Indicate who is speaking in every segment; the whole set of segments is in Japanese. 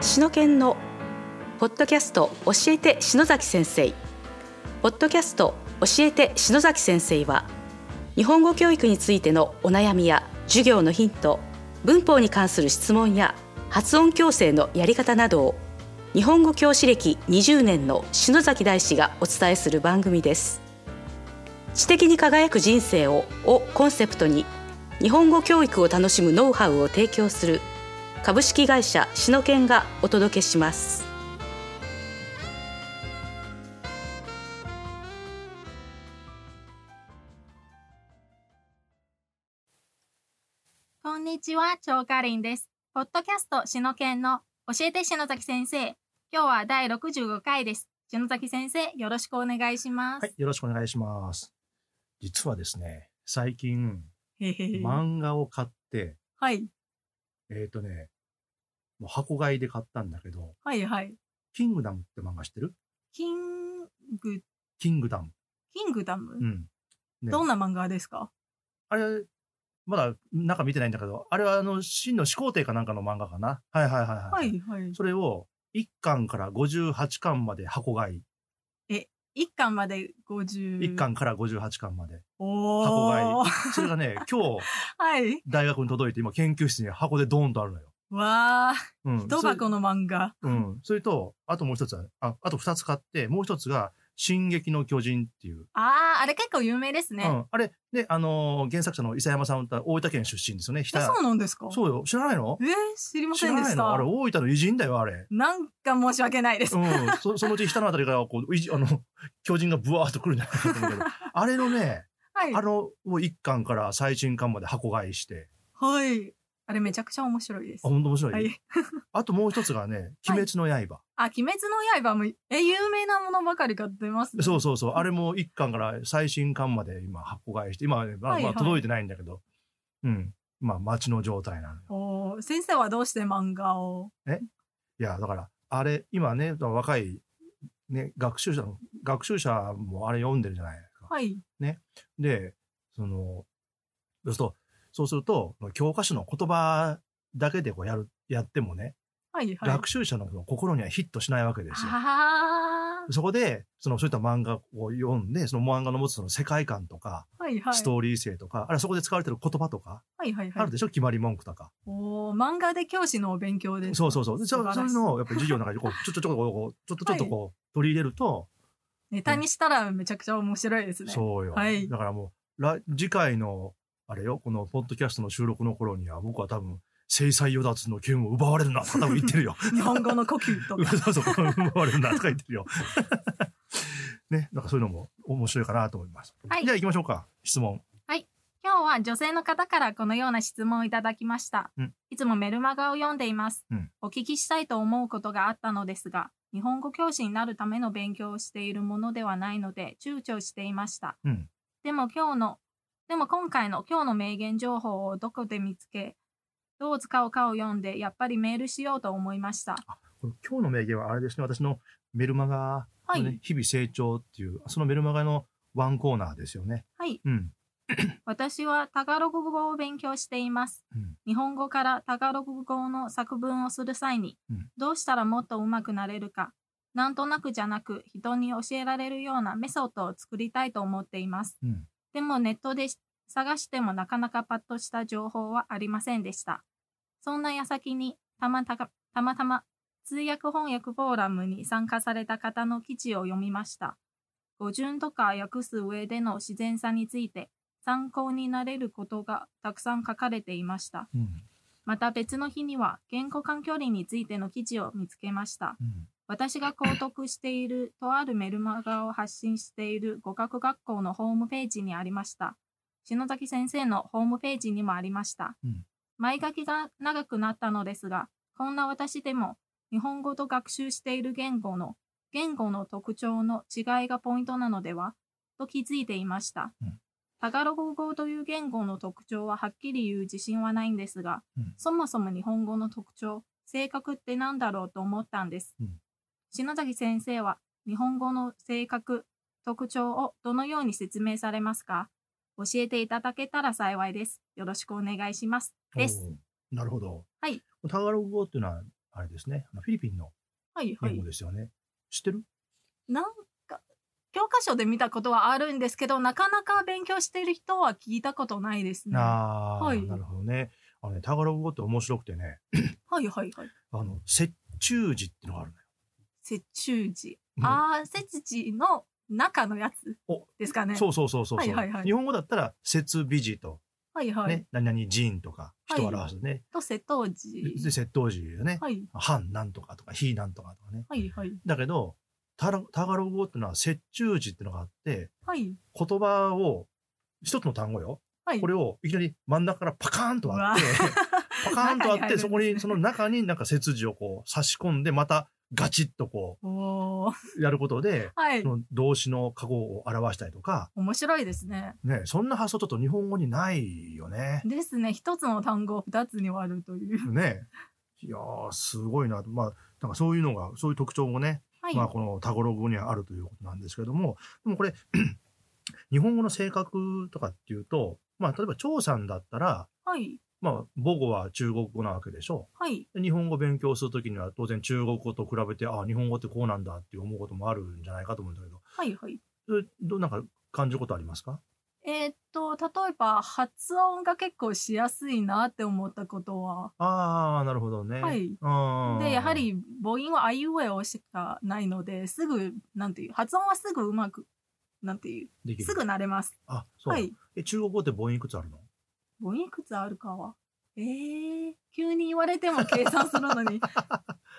Speaker 1: 篠研のポッドキャスト教えて篠崎先生ポッドキャスト教えて篠崎先生は日本語教育についてのお悩みや授業のヒント文法に関する質問や発音矯正のやり方などを日本語教師歴20年の篠崎大師がお伝えする番組です知的に輝く人生ををコンセプトに日本語教育を楽しむノウハウを提供する株式会社シノケンがお届けします
Speaker 2: こんにちは、超カリンです。ポッドキャスト、しのけんの教えて篠崎先生。今日は第65回です。篠崎先生、よろしくお願いします。
Speaker 3: はい、よろしくお願いします。実はですね、最近、
Speaker 2: へへへ
Speaker 3: 漫画を買って、
Speaker 2: はい、
Speaker 3: えっ、とね、もう箱買いで買ったんだけど、
Speaker 2: はい、はい。
Speaker 3: キングダムって漫画知ってる
Speaker 2: キング、
Speaker 3: キングダム。
Speaker 2: キングダム、
Speaker 3: うん。ね
Speaker 2: どんな漫画ですか
Speaker 3: あれ、まだ中見てないんだけど、あれはあの、真の始皇帝かなんかの漫画かな。はいはいはいはい。
Speaker 2: はい、はい。
Speaker 3: それを、1巻から58巻まで箱買い。
Speaker 2: 1巻まで50。
Speaker 3: 1。巻から58巻まで。
Speaker 2: おー。
Speaker 3: 箱買い。それがね、今日、
Speaker 2: はい。
Speaker 3: 大学に届いて、今研究室に箱でドーンとあるのよ。
Speaker 2: わー。
Speaker 3: うん。
Speaker 2: 一箱の漫画。
Speaker 3: うん。それと、あともう一つは、ああと二つ買って、もう一つが、進撃の巨人っていう。
Speaker 2: あー、あれ結構有名です
Speaker 3: う
Speaker 2: ね。
Speaker 3: ん。あれ、ね、あのー原作者の伊佐山さんは大分県出身ですよね。日
Speaker 2: え、
Speaker 3: 田
Speaker 2: そうなんですか
Speaker 3: そうよ。知らないの
Speaker 2: えー、知りま
Speaker 3: 知
Speaker 2: せ
Speaker 3: ら
Speaker 2: んで
Speaker 3: な
Speaker 2: し
Speaker 3: いの
Speaker 2: た
Speaker 3: あれ、。大分の偉人だよ、あれ。
Speaker 2: なんか申し訳ないです。
Speaker 3: うん。そ そのうち北のあたりから、こう、いじあの、 巨人がブワーっと来るんじゃないかと思うけ ど、あれのね、
Speaker 2: はい
Speaker 3: あ。の、もう一巻から最新巻まで箱買いして、
Speaker 2: はい。あれめちゃくちゃ面白いです
Speaker 3: あ、。ほんと面白い。
Speaker 2: はい。
Speaker 3: あともう一つがね、鬼滅の刃。
Speaker 2: あ、鬼滅の刃も、え、有名なものばかりが出ますね。
Speaker 3: そうそうそう。あれも1巻から最新巻まで今箱買いして、今はね、まあ、
Speaker 2: はいはい
Speaker 3: まあ届いてないんだけど、うん。まあ、待ちの状態なのよ。
Speaker 2: おー先生はどうして漫画を
Speaker 3: いや、だから、あれ、今ね、若い、ね、学習者の、学習者もあれ読んでるじゃないですか。
Speaker 2: はい。
Speaker 3: で、その、そうすると、そうすると、教科書の言葉だけでこうやる、やってもね、
Speaker 2: はいはい。
Speaker 3: 学習者の心にはヒットしないわけですよ。
Speaker 2: あ
Speaker 3: そこで、その、そういった漫画を読んで、その漫画の持つその世界観とか、
Speaker 2: ーはいはい。
Speaker 3: ストーリー性とか、あれそこで使われてる言葉とか、
Speaker 2: はいはい
Speaker 3: あ
Speaker 2: はい
Speaker 3: る。でしょ決まり文句とか。
Speaker 2: おー漫画で教師のお勉強ですか。
Speaker 3: そうそうそう。でそ
Speaker 2: 素晴らし
Speaker 3: そういうのをやっぱり授業の中でこ う、ちょちょちょこう、ちょっとちょっとこう、取り入れると、
Speaker 2: ネタにしたらめちゃくちゃ面白いですね。
Speaker 3: そうよ。
Speaker 2: はい
Speaker 3: だからもう、来次回の、あれよ、このポッドキャストの収録の頃には、僕は多分、制裁与奪の権を奪われるなとか多分言って るよ。
Speaker 2: 日本語の呼吸とか。
Speaker 3: そうそう、奪われるなとか言って るよ。ね、なんかそういうのも面白いかなと思います。
Speaker 2: はい
Speaker 3: じゃあ行きましょうか。質問。
Speaker 2: 今日は女性の方からこのような質問をいただきました。
Speaker 3: うん
Speaker 2: いつもメルマガを読んでいます、
Speaker 3: うん
Speaker 2: お聞きしたいと思うことがあったのですが、日本語教師になるための勉強をしているものではないので躊躇していました。
Speaker 3: うん
Speaker 2: でも今日の、でも今回の今日の名言情報をどこで見つけ、どう使うかを読んで、やっぱりメールしようと思いました。
Speaker 3: この今日の名言はあれですね、私のメルマガ
Speaker 2: は
Speaker 3: の
Speaker 2: い。
Speaker 3: ね、日々成長っていう、そのメルマガのワンコーナーですよね。
Speaker 2: はい。
Speaker 3: うん。
Speaker 2: 私はタガログ語を勉強しています。
Speaker 3: うん
Speaker 2: 日本語からタガログ語の作文をする際に、
Speaker 3: うん
Speaker 2: どうしたらもっと上手くなれるか、なんとなくじゃなく人に教えられるようなメソッドを作りたいと思っています。
Speaker 3: うん。
Speaker 2: でもネットで探してもなかなかパッとした情報はありませんでした。そんな矢先にたまたかたまたま通訳翻訳フォーラムに参加された方の記事を読みました。語順とか訳す上での自然さについて参考になれることがたくさん書かれていました。
Speaker 3: うん。
Speaker 2: また別の日には言語間距離についての記事を見つけました。
Speaker 3: うん。
Speaker 2: 私が購読しているとあるメルマガを発信している語学学校のホームページにありました。篠崎先生のホームページにもありました。
Speaker 3: うん
Speaker 2: 前書きが長くなったのですが、こんな私でも日本語と学習している言語の言語の特徴の違いがポイントなのではと気づいていました。
Speaker 3: うん
Speaker 2: タガログ語という言語の特徴ははっきり言う自信はないんですが、
Speaker 3: うん
Speaker 2: そもそも日本語の特徴、性格って何だろうと思ったんです。篠崎先生は日本語の性格、特徴をどのように説明されますか教えていただけたら幸いです。よろしくお願いします。です。
Speaker 3: おー。なるほど。
Speaker 2: はい。
Speaker 3: タガログ語っていうのは、ああれですね、あのフィリピンの
Speaker 2: はいは
Speaker 3: 言
Speaker 2: い
Speaker 3: 語。ですよね。知ってる
Speaker 2: なんか、教科書で見たことはあるんですけど、なかなか勉強してる人は聞いたことないですね。は
Speaker 3: ああ、
Speaker 2: はい
Speaker 3: なるほどね。あのね、タガログ語って面白くてね、
Speaker 2: いはいはい。
Speaker 3: あの、折衷時ってのがあるのよ。
Speaker 2: 雪中時。
Speaker 3: うん
Speaker 2: ああ、雪地の中のやつ
Speaker 3: お
Speaker 2: ですかね。
Speaker 3: そうそうそうそうそう、
Speaker 2: はいはいはい
Speaker 3: 日本語だったら、節美時と、
Speaker 2: はいはい。
Speaker 3: ね、何々人とか、人を表すね。
Speaker 2: と瀬戸時。
Speaker 3: で、窃盗時よね。
Speaker 2: はい
Speaker 3: 反なんとかとか、非なんとかとかね。
Speaker 2: はいはい。
Speaker 3: だけど、タラタガログ語ってのは、折衷時ってのがあって、
Speaker 2: はい。
Speaker 3: 言葉を、一つの単語よ。
Speaker 2: はい。
Speaker 3: これをいきなり真ん中からパカーンと割って、 パカーン と割って、そこに、その中になんか切字をこう差し込んで、またガチッとこ
Speaker 2: おー
Speaker 3: う、やることで、
Speaker 2: はい
Speaker 3: そ。の動詞の過去を表したりとか、
Speaker 2: 面白いですね。
Speaker 3: ね、そんな発想ちょっと日本語にないよね。
Speaker 2: ですね。一つの単語を二つに割るという。
Speaker 3: ね。いやー、すごいな。まあ、なんかそういうのが、そういう特徴もね、
Speaker 2: はい。
Speaker 3: まあこのタゴログにはあるということなんですけども、でもこれ、 日本語の性格とかっていうと、まあ例えば張さんだったら、
Speaker 2: はい。
Speaker 3: まあ母語は中国語なわけでしょ。
Speaker 2: はい。
Speaker 3: で日本語を勉強するときには当然中国語と比べてあ日本語ってこうなんだって思うこともあるんじゃないかと思うんだけど
Speaker 2: はい。はい。
Speaker 3: それどうなんか感じることありますか
Speaker 2: えーっと、例えば、発音が結構しやすいなって思ったことは。
Speaker 3: ああなるほどね。
Speaker 2: はい
Speaker 3: あー
Speaker 2: で、やはり母音はあいうえおしかないので、すぐ、なんていう、発音はすぐうまく、なんていう、
Speaker 3: できる
Speaker 2: すぐ慣れます。
Speaker 3: あそう、
Speaker 2: はい。
Speaker 3: え中国語って母音いくつあるの
Speaker 2: 母音いくつあるかは。えー、急に言われても計算するのに。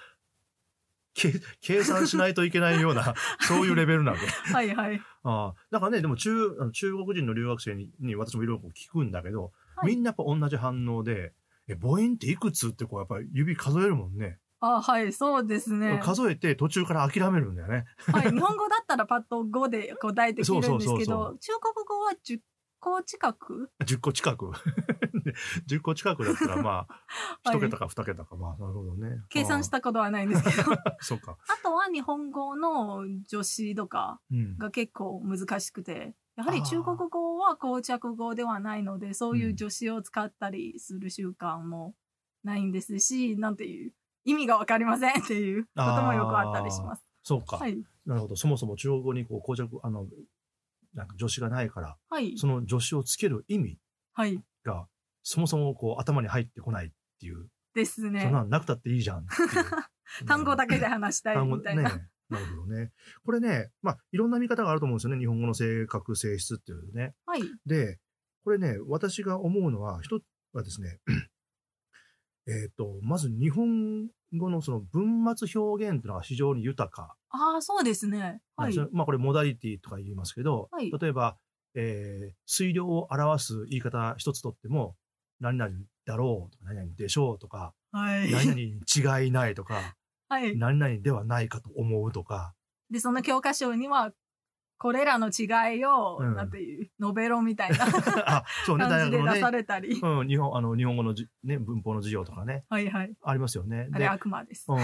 Speaker 3: け 計算しないといけないよう なそういうレベルなので
Speaker 2: はいはい。
Speaker 3: あーだからねでも中あの中国人の留学生にに私もいろいろこう聞くんだけど、
Speaker 2: はい
Speaker 3: みんなやっぱ同じ反応でえ母音っていくつってこうやっぱり指数えるもんね
Speaker 2: あ、はい、そうですね。は
Speaker 3: 数えて途中から諦めるんだよね。
Speaker 2: い、日本語だったらパッと5で答えてきるんですけど、
Speaker 3: そうそうそうそう
Speaker 2: 中国語は10個近く
Speaker 3: 10個近く 10個近くだったらまあ
Speaker 2: はい
Speaker 3: 1桁か2桁かまあなるほどね
Speaker 2: 計算したたことはないんですけ ど、あ
Speaker 3: そうか
Speaker 2: とは日本語の助詞とか
Speaker 3: うん
Speaker 2: が結構難しくて、やはり中国語は膠着語ではないので、そういう助詞を使ったりする習慣もないんですし、なんていう、意味がわかりませんっていうこともよくあったりします。
Speaker 3: そうか、
Speaker 2: はい。
Speaker 3: なるほどそもそも中国語にこう膠着あのなんか助詞がないから
Speaker 2: はい。
Speaker 3: その助詞をつける意味
Speaker 2: はい。
Speaker 3: がそもそもこう頭に入ってこないっていう、
Speaker 2: です
Speaker 3: そん
Speaker 2: ね
Speaker 3: な。のなくたっていいじゃんっていう
Speaker 2: 単語だけで話したい
Speaker 3: 単語
Speaker 2: みた
Speaker 3: ね
Speaker 2: いな。
Speaker 3: なるほどねこれねまあいろんな見方があると思うんですよね日本語の性格性質っていうね
Speaker 2: はい。
Speaker 3: で、これね、私が思うのは、一つはですね、 えっと、まず日本語のその文末表現っていうのが非常に豊か。
Speaker 2: ああ、そうですね。はい。
Speaker 3: それまあこれモダリティとか言いますけど、
Speaker 2: はい
Speaker 3: 例えば、えー水量を表す言い方一つとっても、何々だろうとか、何々でしょうとか、
Speaker 2: はい。
Speaker 3: 何々に違いないとか、
Speaker 2: はい。
Speaker 3: 何々ではないかと思うとか、
Speaker 2: で、その教科書には、これらの違いを、
Speaker 3: うん
Speaker 2: なんていう、ノベロみ たいな
Speaker 3: あ、そうね、
Speaker 2: 感
Speaker 3: 大
Speaker 2: じで
Speaker 3: 学の
Speaker 2: 出さ
Speaker 3: ね、
Speaker 2: れたり。
Speaker 3: うん、日本、あの、日本語のじ、ね、文法の授業とかね、
Speaker 2: はいはい。
Speaker 3: ありますよね。
Speaker 2: あ
Speaker 3: で
Speaker 2: れ、悪魔です。
Speaker 3: うん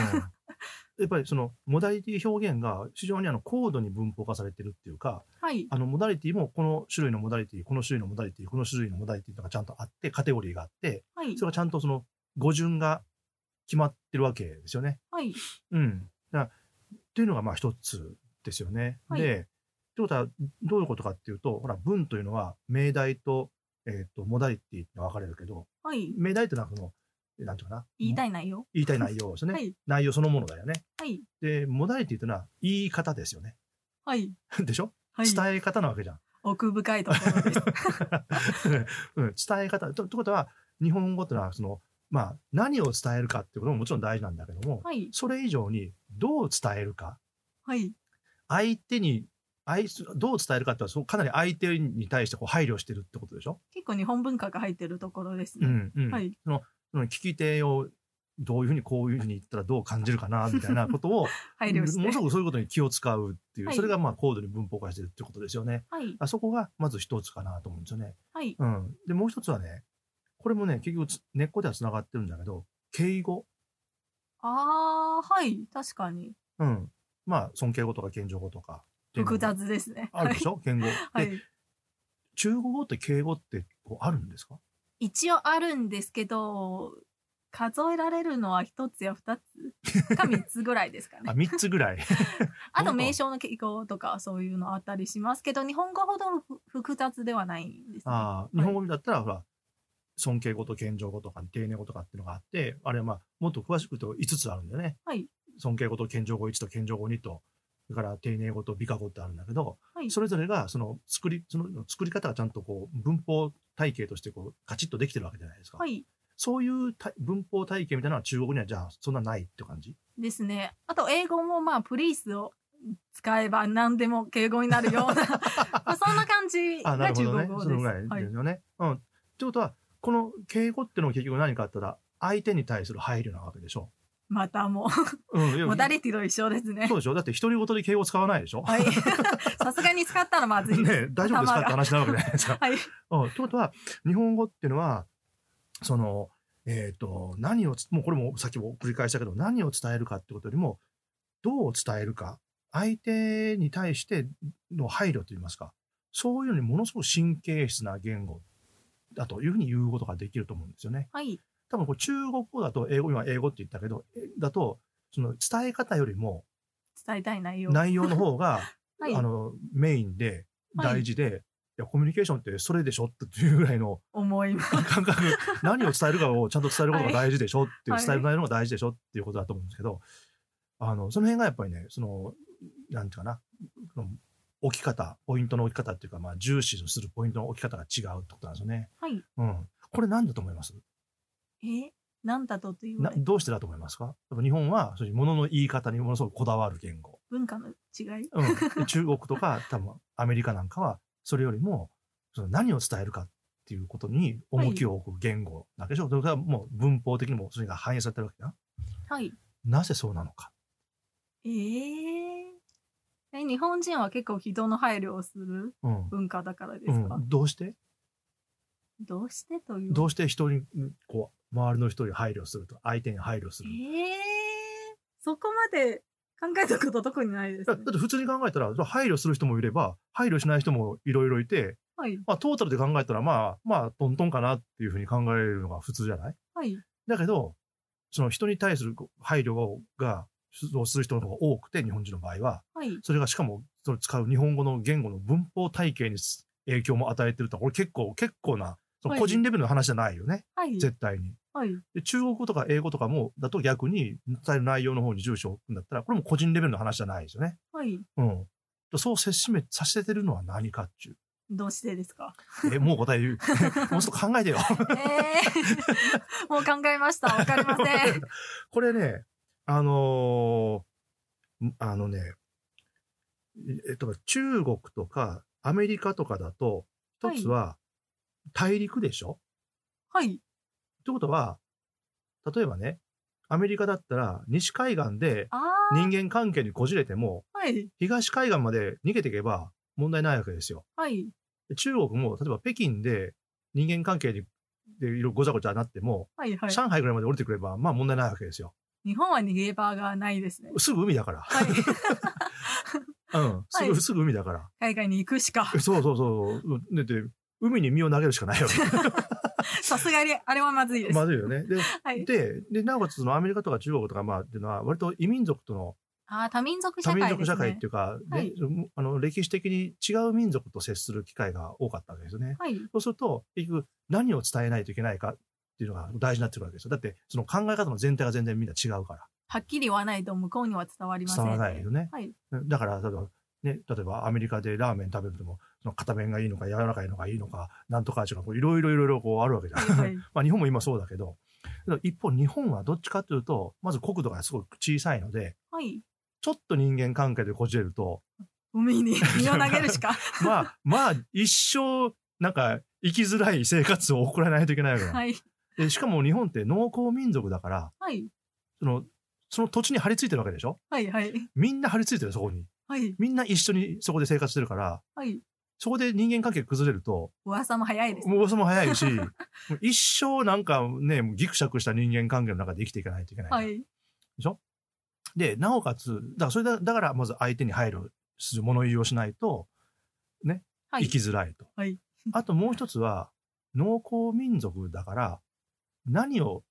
Speaker 3: やっぱりそのモダリティ表現が非常にあの高度に分法化されてるっていうか
Speaker 2: はい。
Speaker 3: あのモダリティもこの種類のモダリティこの種類のモダリティこの種類のモダリティとかちゃんとあってカテゴリーがあって
Speaker 2: はい
Speaker 3: そ。れがちゃんとその語順が決まってるわけですよね。
Speaker 2: はい。
Speaker 3: うん、だからっていうのがまあ一つですよね。
Speaker 2: はい
Speaker 3: でってことはどういうことかっていうとほら文というのは命題と,、えー、とモダリティって分かれるけど
Speaker 2: はい。
Speaker 3: 命題ってのはそのなんていうかな
Speaker 2: 言いた
Speaker 3: い
Speaker 2: い内容。
Speaker 3: 言いたい内容ですよね、
Speaker 2: はい。
Speaker 3: 内容そのものだよね。
Speaker 2: はい。
Speaker 3: で、モダリティというのは言い方ですよね。
Speaker 2: はい。
Speaker 3: でしょ、
Speaker 2: はい。
Speaker 3: 伝え方なわけじゃん。
Speaker 2: 奥深いところ です。
Speaker 3: うん、伝え方。とということは、日本語というのは、その、まあ、何を伝えるかっていうことももちろん大事なんだけども、
Speaker 2: はい。
Speaker 3: それ以上にどう伝えるか、
Speaker 2: はい。
Speaker 3: 相手に、相どう伝えるかっていうのはそう、かなり相手に対してこう配慮してるってことでしょ、
Speaker 2: 結構日本文化が入ってるところです
Speaker 3: う
Speaker 2: ね。
Speaker 3: んうん
Speaker 2: はい。
Speaker 3: その、その聞き手を、どういうふうにこういうふうに言ったらどう感じるかなみたいなことを
Speaker 2: 配慮し
Speaker 3: ものす
Speaker 2: て。
Speaker 3: ごくそういうことに気を使うっていう、
Speaker 2: はい
Speaker 3: それがまあ高度に文法化してるってことですよね。
Speaker 2: はい。
Speaker 3: あそこがまず一つかなと思うんですよね。
Speaker 2: はい。
Speaker 3: うん。で、もう一つはね、これもね、結局つ根っこでは繋がってるんだけど、敬語。
Speaker 2: ああ、はい。確かに。
Speaker 3: うん。まあ、尊敬語とか謙譲語とか。
Speaker 2: 複雑ですね。
Speaker 3: あるでしょ敬語。
Speaker 2: は
Speaker 3: で、
Speaker 2: い。
Speaker 3: 中国語って敬語ってこうあるんですか
Speaker 2: 一応あるんですけど、数えられるのは一つや二つか三つぐらいですか
Speaker 3: あ、
Speaker 2: ね。
Speaker 3: 3つぐらい。
Speaker 2: あと名称の記号とかそういうのあったりしますけど、日本語ほどふ複雑ではないんです、ね。
Speaker 3: ああ、日本語だったら、ほら、尊敬語と謙譲語とか、丁寧語とかっていうのがあって、あれはまあ、もっと詳しく言うと5つあるんだよね。
Speaker 2: はい。
Speaker 3: 尊敬語と謙譲語1と謙譲語2と、それから丁寧語と美化語ってあるんだけど、
Speaker 2: はい。
Speaker 3: それぞれが、その作り、その作り方がちゃんとこう、文法体系としてこう、カチッとできてるわけじゃないですか。
Speaker 2: はい。
Speaker 3: そういうた文法体系みたいなのは中国にはじゃあ、そんなないって感じ
Speaker 2: ですね。あと英語もまあ、プリースを使えば何でも敬語になるよう な、まあそんな感じ
Speaker 3: あ、
Speaker 2: が
Speaker 3: なる
Speaker 2: 中
Speaker 3: ほど
Speaker 2: 国
Speaker 3: ね。
Speaker 2: 語
Speaker 3: そ
Speaker 2: で
Speaker 3: の
Speaker 2: す。
Speaker 3: ぐらい
Speaker 2: は
Speaker 3: で
Speaker 2: い
Speaker 3: すよね。うん。ってことは、この敬語ってのは結局何かあったら、相手に対する配慮なわけでしょ。
Speaker 2: またも、
Speaker 3: うん。いうや
Speaker 2: モダリティと一緒ですね
Speaker 3: そ。うでしょだって独り言で敬語使わないでし ょ、
Speaker 2: はい。さすがに使ったらまずいです。
Speaker 3: ね大丈夫ですかって話なわけじゃないですか。
Speaker 2: はい。
Speaker 3: うん。ってことは、日本語っていうのは、その、えっ、と、何をつ、もうこれもさっきも繰り返したけど、何を伝えるかってことよりも、どう伝えるか、相手に対しての配慮といいますか、そういうのにものすごく神経質な言語だというふうに言うことができると思うんですよね。
Speaker 2: はい。
Speaker 3: 多分こう中国語だと英語今英語って言ったけどえだとその伝え方よりも
Speaker 2: 伝えたい内容。
Speaker 3: 内容の方が、
Speaker 2: はい
Speaker 3: あ。のメインで
Speaker 2: はい
Speaker 3: 大事で、い、やコミュニケーションってそれでしょっていうぐらいの
Speaker 2: 思います。
Speaker 3: 感覚何を伝えるかをちゃんと伝えることが大事でしょっていう、
Speaker 2: はい
Speaker 3: 伝える内容が大事でしょっていうことだと思うんですけどあのその辺がやっぱりねそのなんていうかなその置き方ポイントの置き方っていうか、まあ、重視するポイントの置き方が違うってことなんですよね。
Speaker 2: はい。
Speaker 3: うん、これ何だと思います
Speaker 2: えなんだとという
Speaker 3: などうしてだと思いますかやっぱ日本はそういうものの言い方にものすごくこだわる言語、
Speaker 2: 文化の違い
Speaker 3: うん、で中国とか多分アメリカなんかはそれよりもその何を伝えるかっていうことに重きを置く言語だけでしょ、それからもう文法的にもそれが反映されてるわけだ
Speaker 2: はい。
Speaker 3: なぜそうなのか
Speaker 2: えー、え。日本人は結構人の配慮をする
Speaker 3: うん、
Speaker 2: 文化だからで
Speaker 3: う
Speaker 2: すか、
Speaker 3: ん、どうして
Speaker 2: どうしてという
Speaker 3: どうして人にこう周りの人に配慮すると相手に配慮する、
Speaker 2: ええそこまで考えたこと特にないです
Speaker 3: だ
Speaker 2: ね
Speaker 3: だ。って普通に考えたらそれ配慮する人もいれば配慮しない人もいろいろいて、
Speaker 2: はい。
Speaker 3: まあ、トータルで考えたらまあまあトントンかなっていうふうに考えるのが普通じゃない
Speaker 2: はい。
Speaker 3: だけど、その人に対する配慮が、をする人の方が多くて、日本人の場合は、
Speaker 2: はい。
Speaker 3: それがしかも、その使う日本語の言語の文法体系にす影響も与えてると、これ結構、結構な、その
Speaker 2: はい
Speaker 3: 個人レベルの話じゃないよね、
Speaker 2: はい。
Speaker 3: 絶対に。
Speaker 2: はい。
Speaker 3: で中国語とか英語とかも、だと逆に伝える内容の方に重視を置くんだったら、これも個人レベルの話じゃないですよね。
Speaker 2: はい。
Speaker 3: うん。そう接しめさせてるのは何かっちゅう。
Speaker 2: どうしてです か
Speaker 3: え、もう答え言う。 もうちょっと考えてよ。
Speaker 2: えー、 もう考えました。わかりませ ん。
Speaker 3: これね、あのーんあのね、ええっと、中国とかアメリカとかだと、
Speaker 2: はい
Speaker 3: 一つは大陸でしょ、
Speaker 2: はい。
Speaker 3: ってことは、例えばね、アメリカだったら西海岸で
Speaker 2: あ
Speaker 3: 人間関係にこじれても、
Speaker 2: あ。はい。
Speaker 3: 東海岸まで逃げていけば問題ないわけですよ。
Speaker 2: はい。
Speaker 3: で中国も、例えば北京で人間関係にでいろいろごちゃごちゃなっても、
Speaker 2: はい。はい。
Speaker 3: 上海ぐらいまで降りてくれば、まあ問題ないわけですよ。
Speaker 2: 日本は逃げ場がないですね。
Speaker 3: すぐ海だから。
Speaker 2: はい。
Speaker 3: うん、すぐ、
Speaker 2: はい
Speaker 3: すぐ海だから。
Speaker 2: 海外に行くしか。
Speaker 3: そうそうそう。だって、海に身を投げるしかな いよね。
Speaker 2: さすがに、あれはまずいです。
Speaker 3: まずいよね。で、
Speaker 2: はい。
Speaker 3: で、でなおかつ、そのアメリカとか中国とか、まあ、っていうのは、割と異民族との
Speaker 2: ああ、多民族社
Speaker 3: 多
Speaker 2: 会で
Speaker 3: 民
Speaker 2: すね。
Speaker 3: 族社会っていうか、ね
Speaker 2: はい
Speaker 3: あの歴史的に違う民族と接する機会が多かったわけですよね。
Speaker 2: はい。
Speaker 3: そうすると、結局、何を伝えないといけないかっていうのが大事になってくるわけですよ。だって、その考え方の全体が全然みんな違うから。
Speaker 2: はっきり言わないと向こうには伝わりません、
Speaker 3: 伝わらないよね。
Speaker 2: はい。
Speaker 3: だから、例えば、ね、例えばアメリカでラーメン食べるのも、その片面がいいのか、柔らかいのがいいのか、なんとか味がこういろいろいろいろこうあるわけじゃな。
Speaker 2: はい い。はい。
Speaker 3: まあ日本も今そうだけど、でも一方日本はどっちかというと、まず国土がすごく小さいので、
Speaker 2: はい。
Speaker 3: ちょっと人間関係でこじれる と、
Speaker 2: 海 に身を投げるしか。
Speaker 3: まあ、まあ、一生、なんか、生きづらい生活を送らないといけないわけだ、
Speaker 2: はい。
Speaker 3: でしかも日本って農耕民族だから、
Speaker 2: はい。
Speaker 3: その、その土地に張り付いてるわけでしょ
Speaker 2: はい。はい。
Speaker 3: みんな張り付いてる、そこに。
Speaker 2: はい。
Speaker 3: みんな一緒にそこで生活してるから、
Speaker 2: はい。
Speaker 3: そこで人間関係崩れると、
Speaker 2: 噂も早いです。
Speaker 3: もう噂も 早いし、もう一生なんかね、もうギクシャクした人間関係の中で生きていかないといけない。
Speaker 2: はい。
Speaker 3: で、なおかつ、だからそれだだからまず相手に配慮する物言いをしないと
Speaker 2: は
Speaker 3: 生
Speaker 2: い
Speaker 3: き。づらいと。
Speaker 2: はい
Speaker 3: あともう一つは、農耕民族だから何を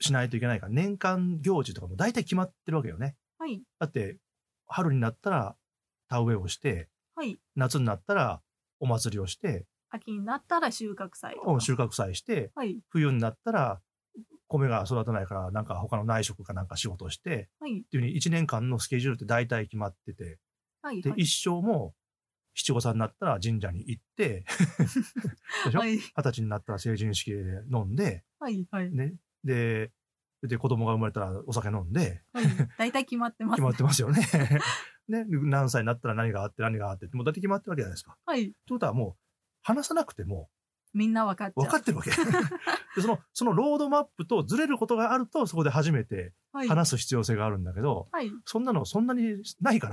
Speaker 3: しないといけないから、年間行事とかも大体決まってるわけよね。
Speaker 2: はい。
Speaker 3: だって、春になったら田植えをして、
Speaker 2: はい。
Speaker 3: 夏になったらお祭りをして、
Speaker 2: 秋になったら収穫祭とか。
Speaker 3: うん収穫祭して、
Speaker 2: はい。
Speaker 3: 冬になったら米が育たないから、なんか他の内職かなんか仕事をして、
Speaker 2: はい。
Speaker 3: っていうふうに1年間のスケジュールって大体決まってて、
Speaker 2: はい。
Speaker 3: で、
Speaker 2: はい。
Speaker 3: 一生も七五三になったら神社に行って、でしょ
Speaker 2: はい。
Speaker 3: 二十歳になったら成人式で飲んで、
Speaker 2: はい。はい。
Speaker 3: ね、で、で、子供が生まれたらお酒飲んで、
Speaker 2: はい。大体決まってます。
Speaker 3: 決まってますよね。 ね、何歳になったら何があって何があってって、もうだって決まってるわけじゃないですか。
Speaker 2: はい。
Speaker 3: ということはもう、話さなくても
Speaker 2: みんな分かっちゃう。
Speaker 3: 分かってるわけ。 で、その、そのロードマップとずれることがあると、そこで初めて
Speaker 2: はい。
Speaker 3: 話す必要性があるんだけど、
Speaker 2: はい。
Speaker 3: そんなのそんなにな いか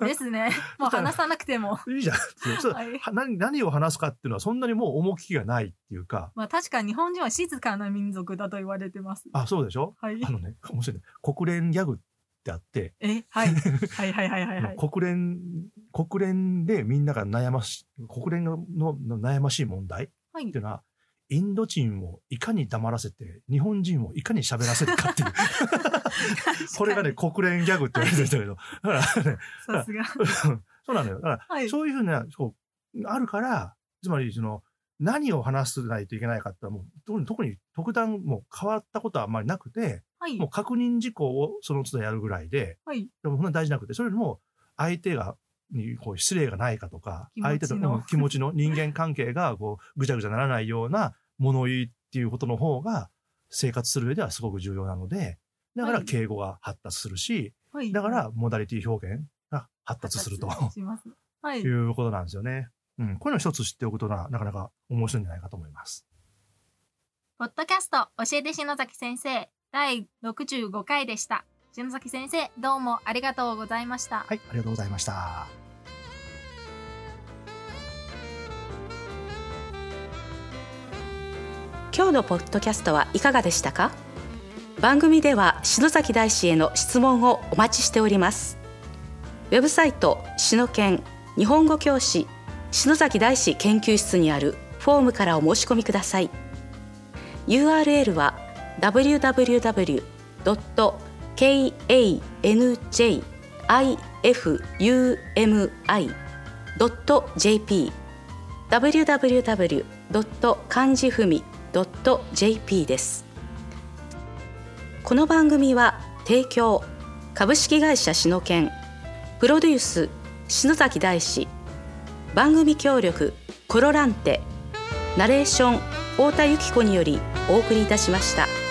Speaker 3: ら、
Speaker 2: です ね。もう話さなくても。
Speaker 3: いいじゃんっていう。そう
Speaker 2: はい
Speaker 3: は何何を話すかっていうのはそんなにもう重きがないっていうか、
Speaker 2: まあ確かに日本人は静かな民族だと言われてます。
Speaker 3: あ、そうでしょ
Speaker 2: はい
Speaker 3: あ。のね、面白いね。国連ギャグってあって、
Speaker 2: え、はい。はいはいはいはいはい。
Speaker 3: 国連、国連でみんなが悩まし、国連のの悩ましい問題っ
Speaker 2: はい
Speaker 3: ていうのは、インド人をいかに黙らせて、日本人をいかに喋らせるか っていう、これがね、
Speaker 2: 確
Speaker 3: 国連ギャグって言われてるんだけど、だからね、
Speaker 2: かにさすが。
Speaker 3: そうなのよ。だから
Speaker 2: はい。
Speaker 3: そういうふうな、そう、あるから、つまり、その、何を話さないといけないかってのはもう特に、特に特段もう変わったことはあんまりなくて、
Speaker 2: はい
Speaker 3: もう。確認事項をその都度やるぐらいで、
Speaker 2: はい。
Speaker 3: でもそんな大事なくて、それよりも、相手が、にこう失礼がないかとか、
Speaker 2: 気持ちの
Speaker 3: 相手との気持ちの人間関係がこうぐちゃぐちゃならないような物言いっていうことの方が、生活する上ではすごく重要なので、だから
Speaker 2: はい
Speaker 3: 敬語が発達するし、
Speaker 2: はい。
Speaker 3: だからモダリティ表現が発達すると。
Speaker 2: 発達しますはい。
Speaker 3: いうことなんですよね。うん、こういうの一つ知っておくとな、なかなか面白いんじゃないかと思います。
Speaker 2: ポッドキャスト教えて篠崎先生第65回でした。篠崎先生どうもありがとうございました。
Speaker 3: はい、ありがとうございました。
Speaker 1: 今日のポッドキャストはいかがでしたか番組では篠崎大師への質問をお待ちしておりますウェブサイトしのけん日本語教師篠崎大師研究室にあるフォームからお申し込みください URL は www.kanjifumi.jp www. 漢字ふみ .jp ですこの番組は提供株式会社しのけんプロデュース篠崎大志番組協力コロランテナレーション太田由紀子によりお送りいたしました。